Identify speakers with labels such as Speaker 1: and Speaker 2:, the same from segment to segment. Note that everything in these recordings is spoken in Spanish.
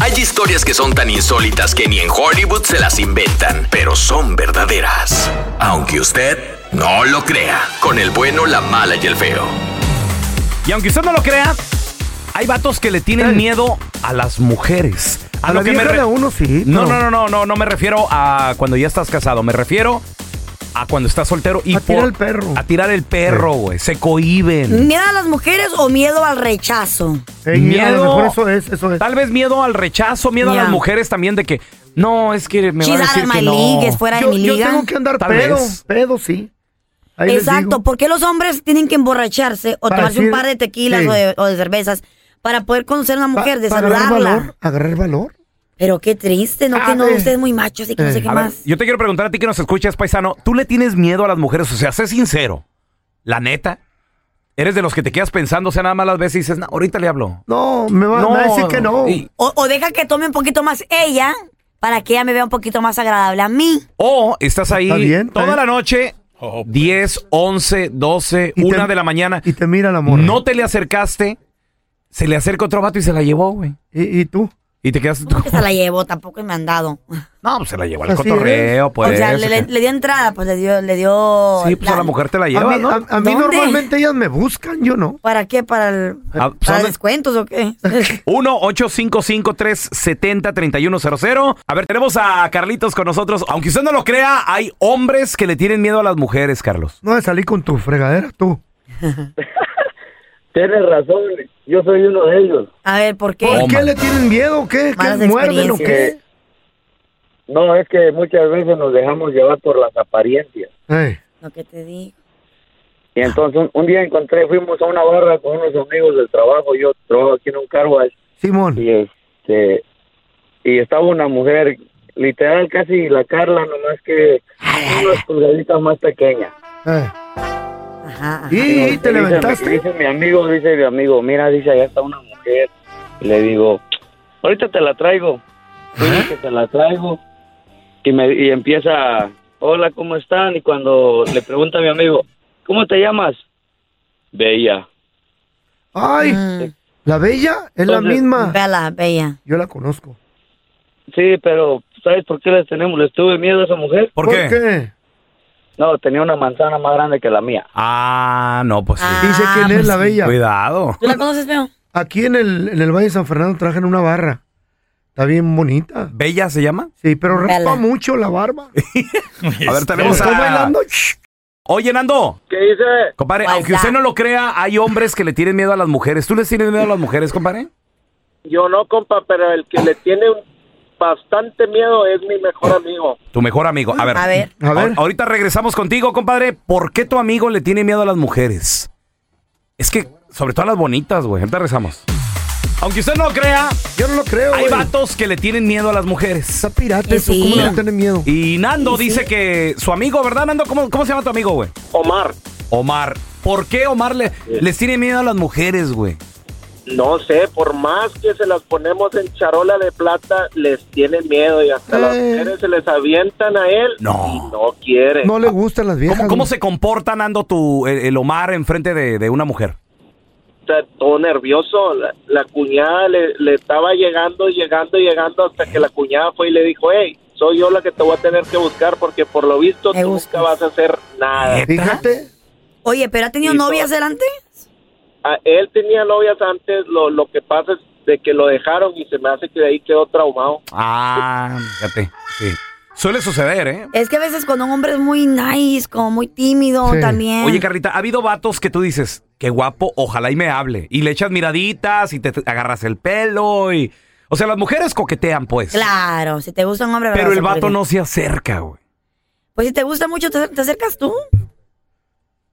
Speaker 1: Hay historias que son tan insólitas que ni en Hollywood se las inventan, pero son verdaderas. Aunque usted no lo crea, con el bueno, la mala y el feo.
Speaker 2: Y aunque usted no lo crea, hay vatos que le tienen miedo a las mujeres.
Speaker 3: A la
Speaker 2: que
Speaker 3: vieja
Speaker 2: re-
Speaker 3: de uno, sí,
Speaker 2: No,
Speaker 3: pero-
Speaker 2: no, no, no, no, no me refiero a cuando ya estás casado, me refiero a cuando estás soltero y
Speaker 3: A tirar
Speaker 2: por-
Speaker 3: el perro.
Speaker 2: A tirar el perro, güey. Se cohiben.
Speaker 4: ¿Miedo a las mujeres o miedo al rechazo?
Speaker 3: Ey, a lo mejor eso es, eso es.
Speaker 2: Tal vez miedo al rechazo, miedo a
Speaker 4: Ya.
Speaker 2: las mujeres también de que no, es que me va
Speaker 4: She's
Speaker 2: a
Speaker 4: out
Speaker 2: decir
Speaker 4: of
Speaker 2: que
Speaker 4: my
Speaker 2: no.
Speaker 4: league, es fuera
Speaker 3: Yo,
Speaker 4: de mi
Speaker 3: yo
Speaker 4: liga.
Speaker 3: tengo que andar
Speaker 2: Tal
Speaker 3: pedo,
Speaker 2: vez.
Speaker 3: pedo, sí. Ahí les
Speaker 4: Exacto,
Speaker 3: digo.
Speaker 4: ¿por qué los hombres tienen que emborracharse o
Speaker 3: Para
Speaker 4: tomarse un
Speaker 3: decir-
Speaker 4: par de tequilas
Speaker 3: sí.
Speaker 4: o, de, o de cervezas para poder conocer a una
Speaker 3: Pa-
Speaker 4: mujer, de
Speaker 3: pa
Speaker 4: saludarla?
Speaker 3: Agarrar valor, agarrar valor.
Speaker 4: Pero qué triste, ¿no?
Speaker 3: A
Speaker 4: Que no,
Speaker 3: ver.
Speaker 4: usted es muy macho, así que no
Speaker 3: Eh.
Speaker 4: sé qué
Speaker 2: A ver,
Speaker 4: más.
Speaker 2: yo te quiero preguntar a ti que nos escuchas, paisano, ¿tú le tienes miedo a las mujeres? O sea, sé sincero. La neta. ¿Eres de los que te quedas pensando, o sea, nada más las veces y dices, no, ahorita le hablo?
Speaker 3: No, me va, me va a decir que no.
Speaker 2: Y-
Speaker 4: O, o deja que tome un poquito más ella para que ella me vea un poquito más agradable a mí.
Speaker 2: O estás ahí
Speaker 3: Está bien, está
Speaker 2: toda
Speaker 3: bien.
Speaker 2: la noche, 10, 11, 12,
Speaker 3: Y te-
Speaker 2: 1 de la mañana.
Speaker 3: Y te mira la morra.
Speaker 2: No te le acercaste, se le acerca otro vato y se la llevó, güey.
Speaker 3: ¿Y, y tú?
Speaker 2: Y te quedas tú.
Speaker 4: ¿Cómo que se la llevó? Tampoco me han dado.
Speaker 2: No, pues se la llevó al
Speaker 3: pues, Así
Speaker 2: cotorreo, pues.
Speaker 4: o sea, le, le- le dio entrada, pues le dio, le dio.
Speaker 2: sí, pues a
Speaker 4: la-
Speaker 2: la mujer te la
Speaker 3: a
Speaker 2: lleva,
Speaker 3: mí,
Speaker 2: ¿no?
Speaker 3: a- a mí
Speaker 4: ¿Dónde?
Speaker 3: normalmente ellas me buscan, yo no.
Speaker 4: ¿Para qué? ¿Para, el,
Speaker 2: Ah, pues,
Speaker 4: para
Speaker 2: ¿dónde-
Speaker 4: descuentos o qué?
Speaker 2: 1-855-370-3100. A ver, tenemos a Carlitos con nosotros. Aunque usted no lo crea, hay hombres que le tienen miedo a las mujeres, Carlos.
Speaker 3: No de salir con tu fregadera, tú.
Speaker 5: Tienes razón, yo soy uno de ellos.
Speaker 4: A ver, ¿por qué?
Speaker 3: ¿Por
Speaker 2: Toma.
Speaker 3: qué le tienen miedo o qué?
Speaker 4: Malas
Speaker 3: ¿Qué muerden o qué?
Speaker 4: experiencias.
Speaker 5: No, es que muchas veces nos dejamos llevar por las apariencias.
Speaker 3: Ey,
Speaker 4: Lo que te digo.
Speaker 5: Y entonces un, un día encontré, fuimos a una barra con unos amigos del trabajo, yo trabajo aquí en un car wash,
Speaker 3: Simón,
Speaker 5: y este, y estaba una mujer, literal casi la Carla, nomás que unas pulgaditas más pequeña.
Speaker 3: ey.
Speaker 4: Ajá. ajá.
Speaker 3: ¿Y
Speaker 5: Y
Speaker 3: te
Speaker 5: dice-
Speaker 3: levantaste?
Speaker 5: Dice mi amigo, dice mi amigo, mira, dice, allá está una mujer. Y le digo, ahorita te la traigo. Dile que te la traigo. Y, me, y empieza, hola, ¿cómo están? Y cuando le pregunta a mi amigo, ¿cómo te llamas? Bella.
Speaker 3: Ay,
Speaker 4: Mm,
Speaker 3: la bella es la
Speaker 5: Entonces-
Speaker 3: misma.
Speaker 4: Bella, bella.
Speaker 3: Yo la conozco.
Speaker 5: Sí, pero ¿sabes por qué les tenemos? ¿Les tuve miedo a esa mujer?
Speaker 2: ¿Por, qué?
Speaker 5: No, tenía una manzana más grande que la mía.
Speaker 2: Ah, no, pues sí.
Speaker 4: Ah,
Speaker 3: Dice quién
Speaker 4: pues
Speaker 3: es la
Speaker 4: sí.
Speaker 3: bella.
Speaker 2: Cuidado.
Speaker 4: ¿Tú la conoces, Feo?
Speaker 3: Aquí en el, en el Valle de San Fernando trajan una barra. Está bien bonita.
Speaker 2: ¿Bella se llama?
Speaker 3: Sí, pero raspa
Speaker 4: Vela.
Speaker 3: mucho la barba.
Speaker 2: A ver, tenemos
Speaker 3: Estoy
Speaker 2: a...
Speaker 3: bailando. shh.
Speaker 2: Oye, Nando.
Speaker 5: ¿Qué dice?
Speaker 2: Compadre,
Speaker 4: What's
Speaker 2: aunque usted
Speaker 4: that?
Speaker 2: no lo crea, hay hombres que le tienen miedo a las mujeres. ¿Tú les tienes miedo a las mujeres, compadre?
Speaker 5: Yo no, compa, pero el que le tiene bastante miedo es mi mejor amigo.
Speaker 2: Tu mejor amigo. A ver.
Speaker 4: A ver.
Speaker 3: A ver.
Speaker 2: Ahor- Ahorita regresamos contigo, compadre. ¿Por qué tu amigo le tiene miedo a las mujeres? Es que, sobre todo a las bonitas, güey. Ahorita regresamos. Aunque usted no lo crea,
Speaker 3: Yo no lo creo.
Speaker 2: hay
Speaker 3: güey.
Speaker 2: vatos que le tienen miedo a las mujeres.
Speaker 3: Está pirata
Speaker 4: Y
Speaker 3: eso.
Speaker 4: sí.
Speaker 3: ¿Cómo le
Speaker 4: Mira.
Speaker 3: tienen miedo?
Speaker 2: Y Nando dice que su amigo, ¿verdad, Nando? ¿Cómo, cómo se llama tu amigo, güey?
Speaker 5: Omar.
Speaker 2: Omar. ¿Por qué Omar le, les tiene miedo a las mujeres, güey?
Speaker 5: No sé, por más que se las ponemos en charola de plata, les tiene miedo y hasta
Speaker 3: Eh.
Speaker 5: las mujeres se les avientan a él
Speaker 2: No.
Speaker 5: y no quieren.
Speaker 3: No le gustan las viejas.
Speaker 2: ¿Cómo, cómo
Speaker 3: güey.
Speaker 2: se comporta, Nando, tu, el, el Omar enfrente de, de una mujer?
Speaker 5: Está todo nervioso. La, la cuñada le, le estaba llegando, llegando, llegando hasta que la cuñada fue y le dijo, hey, soy yo la que te voy a tener que buscar porque por lo visto
Speaker 4: Me
Speaker 5: tú
Speaker 4: buscas.
Speaker 5: nunca vas a hacer
Speaker 3: Eh.
Speaker 5: nada.
Speaker 3: Fíjate.
Speaker 4: Oye, ¿pero ha tenido
Speaker 5: Sí,
Speaker 4: novias delante?
Speaker 5: A- él tenía novias antes, lo, lo que pasa es de que lo dejaron y se me hace que de ahí quedó traumado.
Speaker 2: Ah, fíjate. Sí. Suele suceder, ¿eh?
Speaker 4: Es que a veces cuando un hombre es muy nice, como muy tímido
Speaker 3: Sí.
Speaker 4: también.
Speaker 2: Oye, Carlita, ha habido vatos que tú dices, qué guapo, ojalá y me hable. Y le echas miraditas y te te agarras el pelo y... O sea, las mujeres coquetean, pues.
Speaker 4: Claro, si te gusta un hombre...
Speaker 2: Pero
Speaker 4: vas a
Speaker 2: el vato
Speaker 4: poder.
Speaker 2: no se acerca, güey.
Speaker 4: Pues si te gusta mucho, te, te acercas tú.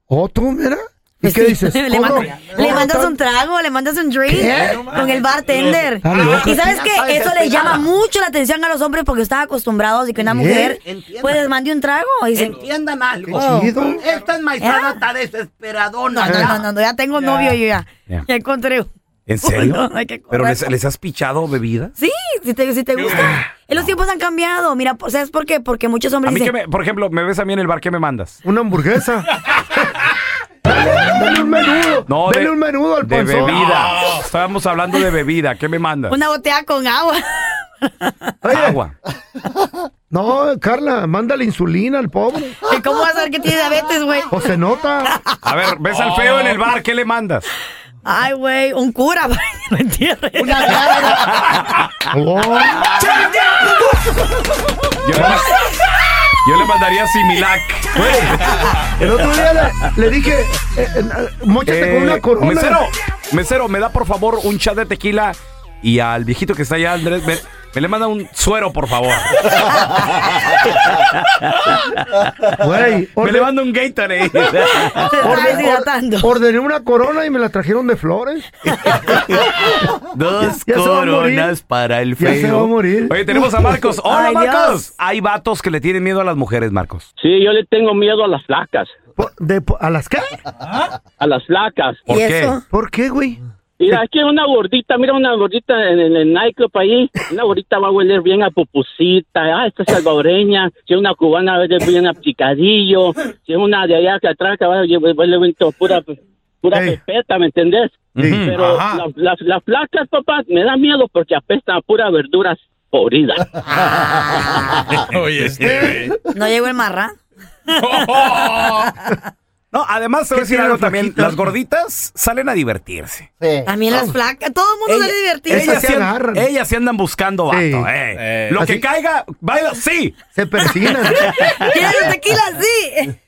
Speaker 3: ¿O Oh, tú, mira? ¿Y
Speaker 4: Pues
Speaker 3: qué
Speaker 4: sí,
Speaker 3: dices?
Speaker 4: Le,
Speaker 3: ¿Cómo?
Speaker 4: mandas, le
Speaker 3: ¿Cómo
Speaker 4: mandas
Speaker 3: tan-
Speaker 4: un trago, le mandas un drink
Speaker 3: ¿Qué? Ah,
Speaker 4: con el bartender.
Speaker 3: Dale, loco.
Speaker 4: Y sabes que eso le llama mucho la atención a los hombres porque están acostumbrados y que una
Speaker 3: Bien.
Speaker 4: mujer pues les mande un trago y se...
Speaker 6: Entiendan
Speaker 3: Qué
Speaker 6: algo.
Speaker 4: Oh.
Speaker 3: chido.
Speaker 6: Esta enmaizada
Speaker 4: ¿Eh?
Speaker 6: está desesperadona.
Speaker 4: No, no, no, no, no, ya tengo novio yo ya.
Speaker 2: Ya.
Speaker 4: Ya encontré.
Speaker 2: ¿En serio?
Speaker 4: No, hay que
Speaker 2: ¿Pero les,
Speaker 4: correr.
Speaker 2: les has pichado bebida?
Speaker 4: Sí, si te, si te gusta. Eh, Los tiempos han cambiado. Mira, por- ¿sabes por qué? Porque muchos
Speaker 2: A
Speaker 4: hombres
Speaker 2: mí que
Speaker 4: dicen,
Speaker 2: me, por ejemplo, me ves a mí en el bar, ¿qué me mandas?
Speaker 3: Una hamburguesa. Dale un menudo.
Speaker 2: No, de-
Speaker 3: Dale un menudo al
Speaker 2: De
Speaker 3: panzón. Ah.
Speaker 2: bebida. Estábamos hablando de bebida, ¿qué me mandas?
Speaker 4: una botella con agua.
Speaker 3: Oye,
Speaker 2: Agua.
Speaker 3: No, Carla, mándale insulina al pobre.
Speaker 4: ¿Y ¿Cómo vas a saber que tiene diabetes, güey?
Speaker 3: O se nota.
Speaker 2: A ver, ves al feo en el bar, ¿qué le mandas?
Speaker 4: Ay, güey, un cura, para que lo entierre.
Speaker 6: Una cara.
Speaker 3: Oh,
Speaker 2: Yo le, yo le mandaría Similac.
Speaker 3: el otro día le, le dije, eh, eh, móchate
Speaker 2: Eh,
Speaker 3: con una corona.
Speaker 2: mesero, mesero, me da por favor un chat de tequila y al viejito que está allá, Andrés, me, me le manda un suero, por favor.
Speaker 3: Güey,
Speaker 2: Me
Speaker 3: orden-
Speaker 2: le manda un Gatorade.
Speaker 4: Se está
Speaker 3: orden-
Speaker 4: deshidratando.
Speaker 3: ordené una corona y me la trajeron de flores.
Speaker 2: Dos
Speaker 3: Ya se va a morir.
Speaker 2: para el
Speaker 3: Ya se va a morir.
Speaker 2: Oye, tenemos a Marcos. ¡Hola,
Speaker 4: Ay, Dios.
Speaker 2: Marcos! Hay vatos que le tienen miedo a las mujeres, Marcos.
Speaker 5: Sí, yo le tengo miedo a las flacas.
Speaker 3: Po- de po- ¿A las qué?
Speaker 5: A las flacas.
Speaker 2: ¿Por
Speaker 4: ¿Y
Speaker 2: qué?
Speaker 4: eso?
Speaker 3: ¿Por qué, güey?
Speaker 5: Mira, aquí una gordita, mira una gordita en en el nightclub ahí. Una gordita va a hueler bien a pupusita. Ah, esta es salvadoreña. Si es una cubana, huele bien a picadillo. Si es una de allá que atrás, que va a hue- huele bien to- pura, pura
Speaker 3: Ey.
Speaker 5: pepeta, ¿me entendés?
Speaker 3: Sí,
Speaker 5: Pero
Speaker 3: ajá.
Speaker 5: las las- las flacas, papá, me da miedo porque apestan a pura verduras podridas.
Speaker 7: Oye, este. güey.
Speaker 4: No llegó el marrán.
Speaker 2: No, además te voy a
Speaker 3: ¿Qué
Speaker 2: decir
Speaker 3: tiene
Speaker 2: algo
Speaker 3: los
Speaker 2: también.
Speaker 3: flaquitos?
Speaker 2: Las gorditas salen a divertirse.
Speaker 6: Sí.
Speaker 4: También
Speaker 2: Oh.
Speaker 4: las flacas. Todo el mundo
Speaker 2: Ella-
Speaker 4: sale divertido.
Speaker 3: Esas
Speaker 2: Ellas
Speaker 3: se
Speaker 2: sí, an-
Speaker 3: agarran.
Speaker 2: ellas sí andan buscando vato.
Speaker 3: Sí.
Speaker 2: eh.
Speaker 7: Eh.
Speaker 2: Lo que
Speaker 3: Así-
Speaker 2: caiga, baila, sí.
Speaker 3: Se persignan.
Speaker 4: ¿Quieres un tequila? Sí.